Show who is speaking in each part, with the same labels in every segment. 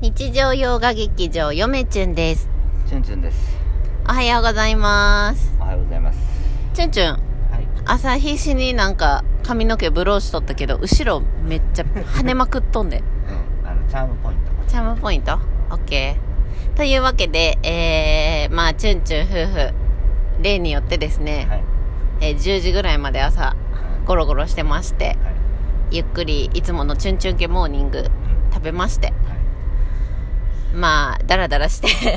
Speaker 1: 日常洋画劇場よめちゅんです
Speaker 2: チュンチュンです
Speaker 1: おはようございます
Speaker 2: おはようございます
Speaker 1: ちゅんちゅん
Speaker 2: はい
Speaker 1: 朝必死になんか髪の毛ブローしとったけど後ろめっちゃ跳ねまくっとんで
Speaker 2: うんあのチャームポイント
Speaker 1: チャームポイント ?OK というわけでえー、まあちゅんちゅん夫婦例によってですね、
Speaker 2: はい
Speaker 1: えー10時ぐらいまで朝
Speaker 2: は
Speaker 1: ゴロゴロしてまして
Speaker 2: いはい
Speaker 1: ゆっくりいつものチュンチュン系モーニング
Speaker 2: うん
Speaker 1: 食べまして
Speaker 2: はい
Speaker 1: まあダラダラして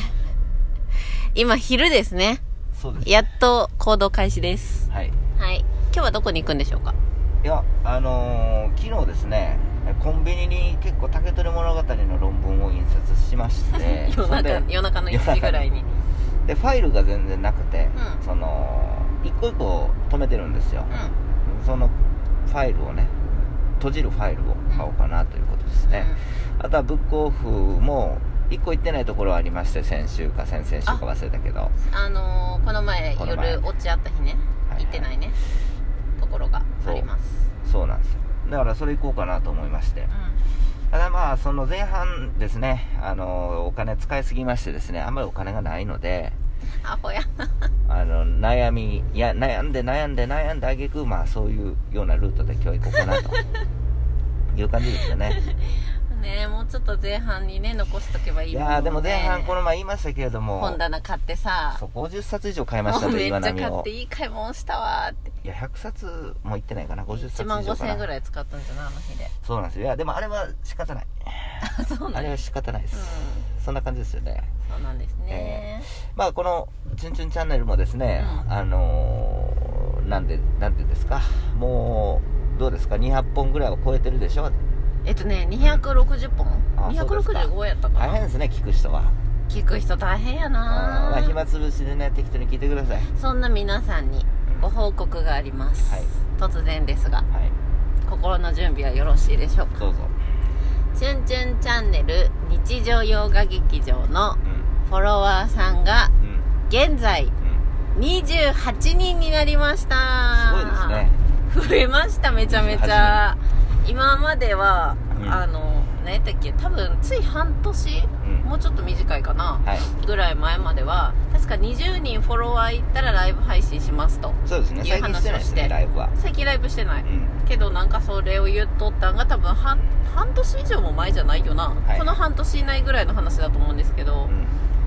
Speaker 1: 今昼ですね
Speaker 2: そうです
Speaker 1: やっと行動開始です
Speaker 2: はい
Speaker 1: はい今日はどこに行くんでしょうか
Speaker 2: いやあのー、昨日ですねコンビニに結構竹取物語の論文を印刷しまして
Speaker 1: 夜
Speaker 2: それ
Speaker 1: 中
Speaker 2: で
Speaker 1: 夜中の1時ぐらいに
Speaker 2: でファイルが全然なくて、
Speaker 1: うん
Speaker 2: その一個一個止めてるんですよ
Speaker 1: う、ん
Speaker 2: そのファイルをね閉じるファイルを買おうかなということですね、あとはブックオフも1個行ってないところはありまして先週か先々週か忘れたけど、は
Speaker 1: うんあのーこの前
Speaker 2: この前
Speaker 1: 夜落ちあった日ね行
Speaker 2: い
Speaker 1: ってないいねところがあります
Speaker 2: そうなんですよだからそれ行こうかなと思いまして
Speaker 1: う
Speaker 2: ただまあその前半ですねあのお金使いすぎましてですねあんまりお金がないので
Speaker 1: んアホや
Speaker 2: あの悩みいや悩んで悩んで悩んであげくまあそういうようなルートで今日行こうかなという感じですよね
Speaker 1: ねえもうちょっと前半にね残しとけばいい
Speaker 2: い
Speaker 1: もん
Speaker 2: やーでも前半こ
Speaker 1: の
Speaker 2: の前言いましたけれども
Speaker 1: 本棚買ってさ
Speaker 2: そう50冊以上買いま
Speaker 1: も
Speaker 2: した
Speaker 1: う
Speaker 2: と
Speaker 1: めっ
Speaker 2: 岩
Speaker 1: ちゃ
Speaker 2: 波
Speaker 1: 買っ
Speaker 2: を
Speaker 1: ていい買い物したわーって
Speaker 2: いや100冊もいってないかな50冊
Speaker 1: 1
Speaker 2: 以上かな
Speaker 1: 万5000円ぐらい使ったんじゃないあの日で
Speaker 2: そうなんですよいやでもあれは仕方ない
Speaker 1: そうな
Speaker 2: あ
Speaker 1: ん
Speaker 2: れ
Speaker 1: で、
Speaker 2: は仕方ないですす、
Speaker 1: う
Speaker 2: そんな感じですよね
Speaker 1: ん、そうなんですね、
Speaker 2: まあこの「チュンチュンチャンネル」もですね、
Speaker 1: うん
Speaker 2: あのーなんでなんてですかもうどうですか200本ぐらいは超えてるでしょ
Speaker 1: えっとね260本、
Speaker 2: あそうですか
Speaker 1: 265やったか
Speaker 2: 大変
Speaker 1: な
Speaker 2: ですね聞く人は
Speaker 1: 聞く人大変や
Speaker 2: うんまあ
Speaker 1: な
Speaker 2: 暇つぶしでね適当に聞いてください
Speaker 1: そんな皆さんにご報告があります、
Speaker 2: はい
Speaker 1: 突然ですが
Speaker 2: はい
Speaker 1: 心の準備はよろしいでしょうか
Speaker 2: どうぞ、
Speaker 1: 「チュンチュンチャンネル日常洋画劇場」の
Speaker 2: うん
Speaker 1: フォロワーさんが
Speaker 2: うんうん、
Speaker 1: 現在28人になりました
Speaker 2: すごいですね
Speaker 1: 増えましためちゃめちゃ今までは、
Speaker 2: うん
Speaker 1: あの何やったっけ多分つい半年
Speaker 2: うん
Speaker 1: もうちょっと短いかな
Speaker 2: はい
Speaker 1: ぐらい前までは確か20人フォロワーいったらライブ配信しますと
Speaker 2: そうですね
Speaker 1: いう
Speaker 2: 最近してないですねラ
Speaker 1: 話
Speaker 2: イブは
Speaker 1: 最近ライブしてない
Speaker 2: うん
Speaker 1: けどなんかそれを言っとったんが多分半半年以上も前じゃないよな、
Speaker 2: はい
Speaker 1: この半年以内ぐらいの話だと思うんですけど、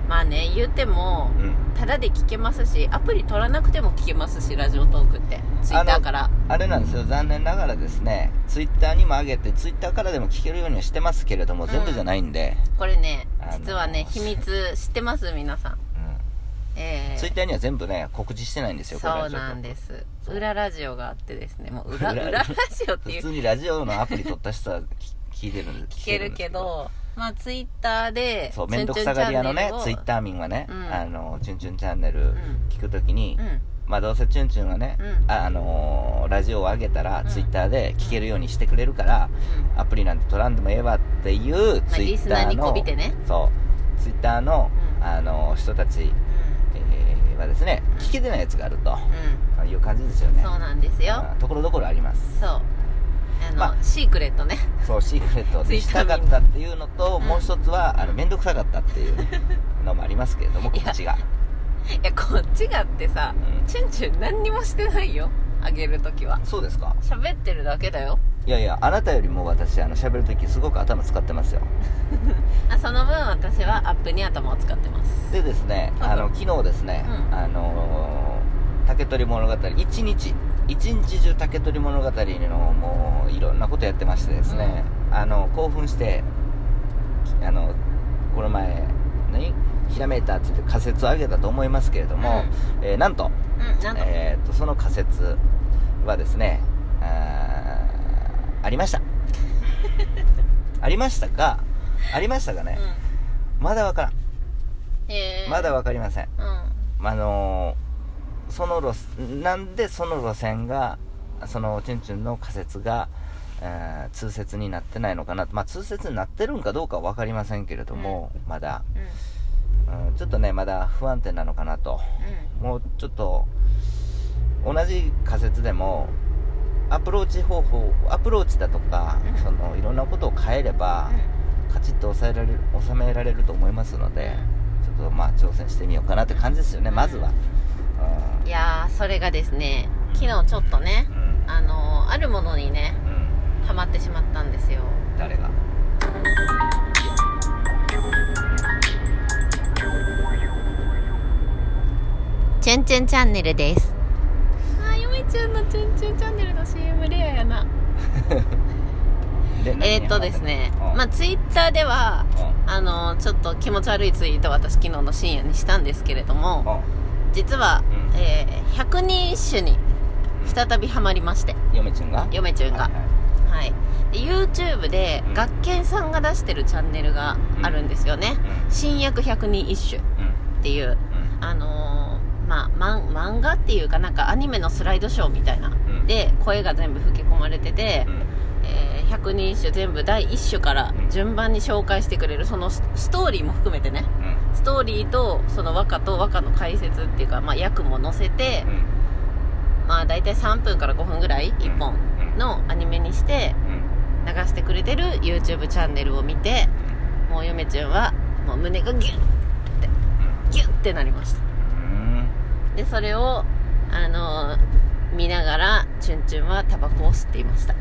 Speaker 1: まあね言うても
Speaker 2: うん、うん
Speaker 1: ただで聞けますしアプリ取らなくても聞けますしラジオトークってツイッターから
Speaker 2: あれなんですよ残念ながらですねツイッターにも上げてツイッターからでも聞けるようにはしてますけれども、
Speaker 1: うん
Speaker 2: 全部じゃないんで、
Speaker 1: これね
Speaker 2: あの
Speaker 1: 実はね秘密知ってます皆さんええ
Speaker 2: ツイッターには全部ね告知してないんですよこれ
Speaker 1: そ
Speaker 2: は
Speaker 1: う
Speaker 2: ちょっと
Speaker 1: なんです
Speaker 2: そう
Speaker 1: 裏ラジオがあってですねもう裏
Speaker 2: 裏
Speaker 1: 裏ラジオってい
Speaker 2: 普
Speaker 1: う
Speaker 2: 通にラジオのアプリ取った人は聞聞いてるんです
Speaker 1: 聞けるけどまあツイッターで
Speaker 2: そう面倒くさがり屋のねツイッ
Speaker 1: ー
Speaker 2: ター民はね、
Speaker 1: うん
Speaker 2: あのチュンチュンチャンネ
Speaker 1: う
Speaker 2: ル
Speaker 1: ん
Speaker 2: 聞くときに、
Speaker 1: うん
Speaker 2: まあどうせチュンチュンはね、
Speaker 1: うん
Speaker 2: ああのーラジオを上げたら、
Speaker 1: うん
Speaker 2: ツイッターで聞けるようにしてくれるから、アプリなんて取らんでもええわっていう
Speaker 1: まあ
Speaker 2: ツイ
Speaker 1: リ
Speaker 2: ッ
Speaker 1: ス
Speaker 2: タ
Speaker 1: ナー
Speaker 2: ー
Speaker 1: に
Speaker 2: の、
Speaker 1: こびてね
Speaker 2: そうツイッターの,、
Speaker 1: うん
Speaker 2: あの人たち、えーはですね
Speaker 1: うん
Speaker 2: 聞けてないやつがあると
Speaker 1: うんうん
Speaker 2: いう感じですよね
Speaker 1: そうなんですよ
Speaker 2: あーところどころあります
Speaker 1: そうあの、
Speaker 2: まあ
Speaker 1: シークレットね
Speaker 2: そうシークレットにしたかったっていうのと
Speaker 1: うん
Speaker 2: もう一つはあの面倒くさかったっていうのもありますけれども
Speaker 1: いや
Speaker 2: 告知が
Speaker 1: いやこっちがってさ
Speaker 2: うん
Speaker 1: チュンチュン何にもしてないよあげるときは
Speaker 2: そうですか
Speaker 1: 喋ってるだけだよ
Speaker 2: いやいやあなたよりも私あの喋るときすごく頭使ってますよ
Speaker 1: あその分私はアップに頭を使ってます
Speaker 2: でですねあの昨日ですね、
Speaker 1: うん
Speaker 2: あのー竹取物語一日一日中竹取物語のもういろんなことやってましてですね、あの興奮してきあのこの前何ひらめいたっつって仮説を上げたと思いますけれども、えーなんと,、
Speaker 1: うんなんと、
Speaker 2: えー、とその仮説はですねあーあり ましたありましたかありましたかね、まだわからん
Speaker 1: うんえー、
Speaker 2: まだわかりません
Speaker 1: うん
Speaker 2: あのーその路なんでその路線がそのチュンチュンの仮説が、えー通説になってないのかなまあ通説になってるんかどうかは分かりませんけれども、まだ、
Speaker 1: うん
Speaker 2: うん、ちょっとねまだ不安定なのかなと
Speaker 1: う
Speaker 2: もうちょっと同じ仮説でもアプローチ方法アプローチだとか、
Speaker 1: うん
Speaker 2: そのいろんなことを変えれば
Speaker 1: ん
Speaker 2: カチッと抑えられる収められると思いますのでちょっとまあ挑戦してみようかなって感じですよねまずは、うん
Speaker 1: いやーそれがですね昨日ちょっとね
Speaker 2: うん
Speaker 1: あのーあるものにね
Speaker 2: うん
Speaker 1: ハマってしまったんですよ
Speaker 2: 誰が
Speaker 1: チュンチュンチャンネルですあーゆめちゃんのチュンチュンチャンネルの CM レアやな
Speaker 2: で何に
Speaker 1: えーっと
Speaker 2: ハマ
Speaker 1: です
Speaker 2: んの
Speaker 1: ね
Speaker 2: うん
Speaker 1: まあツイッターではあのーちょっと気持ち悪いツイートを私昨日の深夜にしたんですけれど
Speaker 2: うん
Speaker 1: も実は
Speaker 2: うん、
Speaker 1: えー、百人一首に再びハマりまして
Speaker 2: うん嫁ちゃんが
Speaker 1: 嫁ちゅんが
Speaker 2: はいはい
Speaker 1: はい、で YouTube で
Speaker 2: うん
Speaker 1: 学研さんが出してるチャンネルがあるんですよね「新薬百人一首」
Speaker 2: うんうん
Speaker 1: っていうあのーまあマン漫画っていうかなんかアニメのスライドショーみたいな
Speaker 2: うんうん
Speaker 1: で声が全部吹き込まれてて
Speaker 2: う、ん
Speaker 1: えー百人一首全部第一首から順番に紹介してくれるそのスストーリーも含めてね
Speaker 2: うん
Speaker 1: ストーリーとその和歌と和歌の解説っていうか、まあ、訳も載せて、
Speaker 2: うん
Speaker 1: まあ大体3分から5分ぐらい1本
Speaker 2: うん
Speaker 1: のアニメにして
Speaker 2: うん
Speaker 1: 流してくれてる YouTube チャンネルを見てもう嫁ちゅんはもう胸がギュッギュッってなりました
Speaker 2: うん
Speaker 1: でそれをあのー見ながらチュンチュンはタバコを吸っていました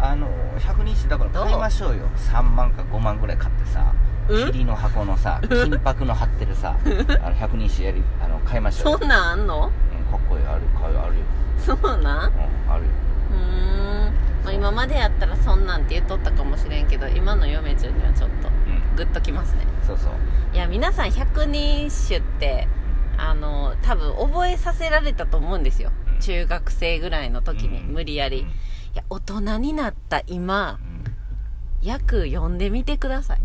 Speaker 2: あの100人してだから買いましょうよ3万か5万ぐらい買ってさ
Speaker 1: うん
Speaker 2: 霧の箱のさ金箔の貼ってるさあの100人してやりあの買いましょ
Speaker 1: そ
Speaker 2: うよ
Speaker 1: うなんあんの
Speaker 2: うんかっこいいある買うあるよ
Speaker 1: そうなん
Speaker 2: うんあるよ
Speaker 1: うーん、まあ、今までやったらそんなんって言っとったかもしれんけど今の嫁ちゅんにはちょっと
Speaker 2: うん
Speaker 1: グッときますね
Speaker 2: そうそう
Speaker 1: いや皆さん百人一首ってあの多分覚えさせられたと思うんですよ
Speaker 2: うん
Speaker 1: 中学生ぐらいの時に
Speaker 2: うん
Speaker 1: 無理やり、いや大人になった今
Speaker 2: うん
Speaker 1: 訳読んでみてください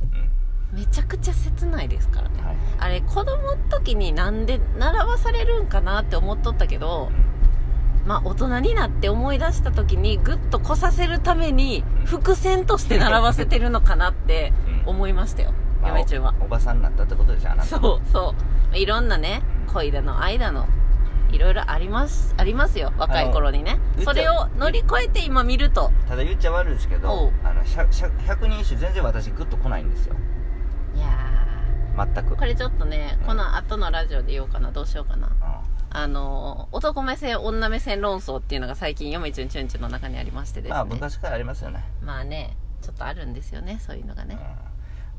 Speaker 1: めちゃくちゃ切ないですから
Speaker 2: うん
Speaker 1: ね
Speaker 2: はい
Speaker 1: あれ子供の時になんで習わされるんかなって思っとったけどまあ大人になって思い出した時にグッとこさせるために伏線として習わせてるのかなって
Speaker 2: うん
Speaker 1: 思いましたよ
Speaker 2: まあ
Speaker 1: 嫁ちゅんは
Speaker 2: おおばさんになったってことでしょあなた
Speaker 1: そうそういろんなね恋だの愛だのいろいろありますありますよ若い頃にね
Speaker 2: あの
Speaker 1: それを乗り越えて今見ると
Speaker 2: ただ言っちゃ悪いですけ
Speaker 1: おう
Speaker 2: どあのしゃしゃ100人一首全然私グッと来ないんですよ
Speaker 1: いや
Speaker 2: 全
Speaker 1: ー
Speaker 2: く
Speaker 1: これちょっとね
Speaker 2: うん
Speaker 1: この後のラジオで言おうかなどうしようかなあのー男目線女目線論争っていうのが最近嫁ちゅんちゅんちゅんの中にありまして
Speaker 2: う
Speaker 1: で
Speaker 2: ん
Speaker 1: すね
Speaker 2: まあ昔からありますよね
Speaker 1: まあねちょっとあるんですよねそういうのがね
Speaker 2: うん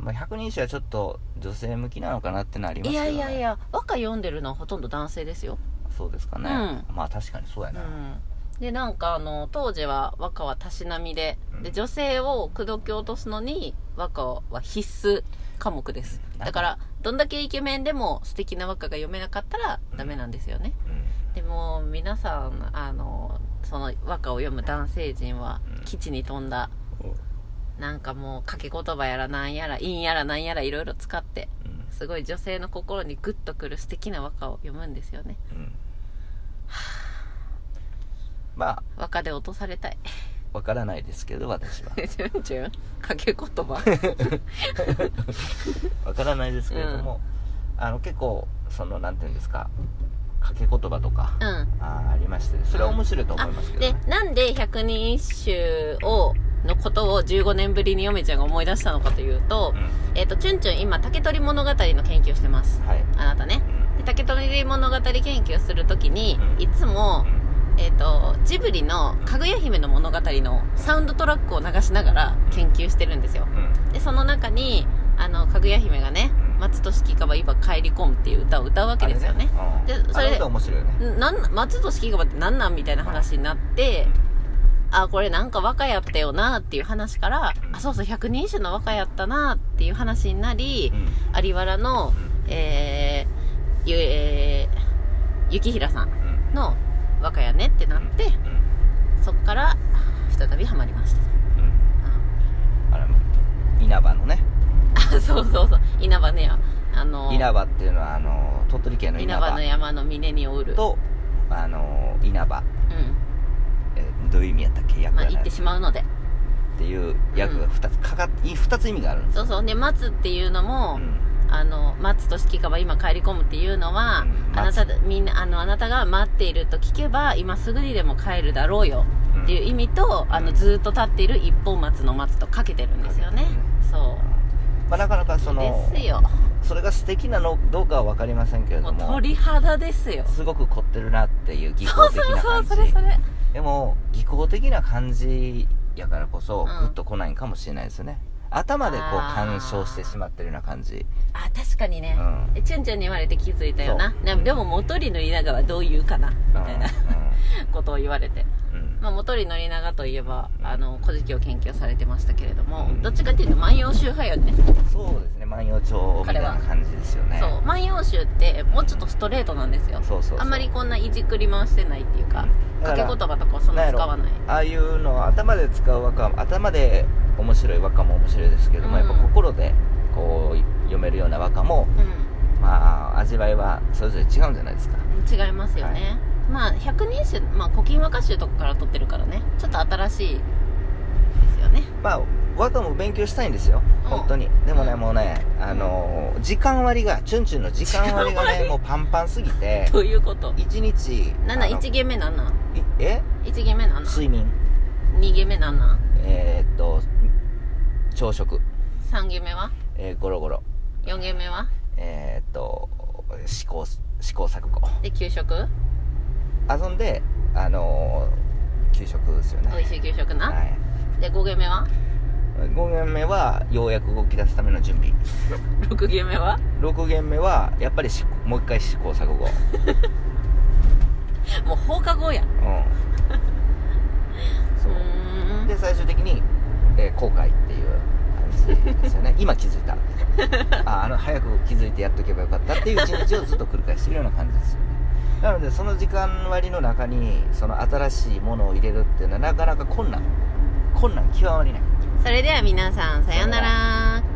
Speaker 2: まあ、100人一首はちょっと女性向きなのかなってのはあります
Speaker 1: い
Speaker 2: けど、
Speaker 1: や
Speaker 2: ね、
Speaker 1: いやいや和歌読んでるのはほとんど男性ですよ
Speaker 2: そうですかね、
Speaker 1: う
Speaker 2: まあ確かにそうや
Speaker 1: う
Speaker 2: な、
Speaker 1: んでなんかあの当時は和歌はたしなみで
Speaker 2: うん
Speaker 1: で女性を口説き落とすのに和歌は必須科目ですだからどんだけイケメンでも素敵な和歌が読めなかったらダメなんですよね
Speaker 2: うん
Speaker 1: でも皆さんあのその和歌を読む男性陣は
Speaker 2: うん
Speaker 1: 基地に飛んだなんかもう掛け言葉やらなんやら陰やらなんやらいろいろ使って
Speaker 2: うん
Speaker 1: すごい女性の心にグッとくる素敵な和歌を読むんですよね
Speaker 2: うんまあ
Speaker 1: 和歌で落とされた い
Speaker 2: わからないですけど私 は
Speaker 1: ジュンジュン掛け言葉
Speaker 2: わからないですけれども、あの結構そのなんていうんですか掛け言葉とか、
Speaker 1: うん
Speaker 2: あーありましてそれは面白いと思いますけど、
Speaker 1: で
Speaker 2: ね
Speaker 1: なんで百人一首をのことを15年ぶりに嫁ちゃんが思い出したのかというと
Speaker 2: う、ん
Speaker 1: えっ、と、チュンチュン今、竹取物語の研究をしてます。
Speaker 2: はい、うん
Speaker 1: あなたね。で竹取物語研究をするときに、
Speaker 2: うん
Speaker 1: いつも
Speaker 2: う、ん
Speaker 1: えっ、と、ジブリのかぐや姫の物語のサウンドトラックを流しながら研究してるんですよ。
Speaker 2: うん
Speaker 1: でその中にあのかぐや姫がね
Speaker 2: う
Speaker 1: 「
Speaker 2: ん
Speaker 1: 松としきかば今帰り込む」っていう歌を歌うわけですよね
Speaker 2: あれねうん
Speaker 1: でそれで
Speaker 2: あの歌面白いよね
Speaker 1: んなん松としきかばって何なんみたいな話になってあこれなんか和歌やったよなっていう話から
Speaker 2: うん
Speaker 1: あそうそう百人一首の和歌やったなっていう話になり
Speaker 2: うん
Speaker 1: 有原のえーゆえー、雪平さん
Speaker 2: うんうん
Speaker 1: の和歌やねってなって
Speaker 2: うん
Speaker 1: そっから再びハマりました、
Speaker 2: うん
Speaker 1: うん
Speaker 2: あの稲葉のね
Speaker 1: あそうそうそう稲葉ねやあの
Speaker 2: 稲葉っていうのはあの鳥取県の稲
Speaker 1: 稲葉の
Speaker 2: 葉
Speaker 1: 山の峰におる
Speaker 2: とあの稲
Speaker 1: う
Speaker 2: 葉、
Speaker 1: ん
Speaker 2: えーどういう意味やったっけ役
Speaker 1: まあ
Speaker 2: が
Speaker 1: 行
Speaker 2: な
Speaker 1: っ
Speaker 2: い
Speaker 1: てしまうので
Speaker 2: っていう役が2つかかっ2つ意味があるんです
Speaker 1: そう
Speaker 2: よ
Speaker 1: そうで松っていうのも、
Speaker 2: うん
Speaker 1: あの松と式かば今帰り込むっていうのは、
Speaker 2: うん
Speaker 1: あなたみんなあのあなたが待っていると聞けば今すぐにでも帰るだろうよっていう意味と、あのずっと立っている一本松の松とかけてるんですよね、
Speaker 2: う
Speaker 1: そう
Speaker 2: ぱなかなかその
Speaker 1: ですよ
Speaker 2: それが素敵なのどうかは分かりませんけれ
Speaker 1: も
Speaker 2: ど
Speaker 1: う
Speaker 2: も
Speaker 1: 鳥肌ですよ
Speaker 2: すごく凝ってるなっていう技
Speaker 1: そ
Speaker 2: 巧
Speaker 1: う
Speaker 2: 的
Speaker 1: そう
Speaker 2: な
Speaker 1: そ
Speaker 2: 感
Speaker 1: う
Speaker 2: じ
Speaker 1: それそれ
Speaker 2: でも技巧的な感じやからこそ
Speaker 1: うん
Speaker 2: グッと来ないんかもしれないですよね、頭でこう
Speaker 1: あー
Speaker 2: 干渉してしまってるような感じ
Speaker 1: あ確かにね、
Speaker 2: うん
Speaker 1: えチュンチュンに言われて気づいたよな
Speaker 2: そう
Speaker 1: でもでも元利宣長はどう言うかなみ
Speaker 2: うん
Speaker 1: たいな ことを言われて、
Speaker 2: うんうん
Speaker 1: まあ、元利宣長といえば「あの古事記」を研究されてましたけれども、
Speaker 2: うん
Speaker 1: どっちかっていうと「万葉集」派よね、
Speaker 2: そうですね万葉帳みたいな感じですよね
Speaker 1: そう「万葉集」ってもうちょっとストレートなんですよ
Speaker 2: そうそうそう
Speaker 1: あんまりこんないじくり回してないっていうか
Speaker 2: だ
Speaker 1: 掛
Speaker 2: か
Speaker 1: け
Speaker 2: ら
Speaker 1: 言葉とかをそんな使わない
Speaker 2: ああいうのは頭で使う和歌も頭で面白い和歌も面白いですけども、
Speaker 1: うん
Speaker 2: やっぱ心でこう読めるような和歌も
Speaker 1: う
Speaker 2: まあ味わいはそれぞれ違うんじゃないですか
Speaker 1: ん違いますよね、まあ百人集、まあ、古今和歌集とかから取ってるからねちょっと新しいですよね
Speaker 2: まあ和歌も勉強したいんですよ
Speaker 1: うん
Speaker 2: 本当にでもね、
Speaker 1: うん
Speaker 2: もうねあのー時間割がチュンチュンの時間割が
Speaker 1: 時間
Speaker 2: ね
Speaker 1: 割
Speaker 2: もうパンパンすぎて
Speaker 1: どういうこと
Speaker 2: 1日
Speaker 1: なん
Speaker 2: あ
Speaker 1: なん
Speaker 2: の
Speaker 1: 1ゲ目なんなん
Speaker 2: いえ
Speaker 1: 1ゲ目なんなん
Speaker 2: 睡眠
Speaker 1: 2ゲ目なんなん
Speaker 2: えー、っと朝食、
Speaker 1: 3ゲ目は
Speaker 2: えーゴロゴロ
Speaker 1: 4ゲ目は
Speaker 2: えー、っと試行試行錯誤
Speaker 1: で給食
Speaker 2: 遊んであのー給食ですよね
Speaker 1: 美味しい給食な、
Speaker 2: はい
Speaker 1: で5ゲ目は
Speaker 2: 5軒目はようやく動き出すための準備
Speaker 1: 6ゲ目は
Speaker 2: 6軒目はやっぱりしもう一回試行錯誤
Speaker 1: もう放課後やう
Speaker 2: うんそう
Speaker 1: ーん
Speaker 2: で最終的に、えー後悔っていう感じです よね今気づいたああの早く気づいてやっとけばよかったっていう一日をずっと繰り返してるような感じですよねなのでその時間割の中にその新しいものを入れるっていうのはなかなか困難困難極まりない
Speaker 1: それでは皆さんさようなら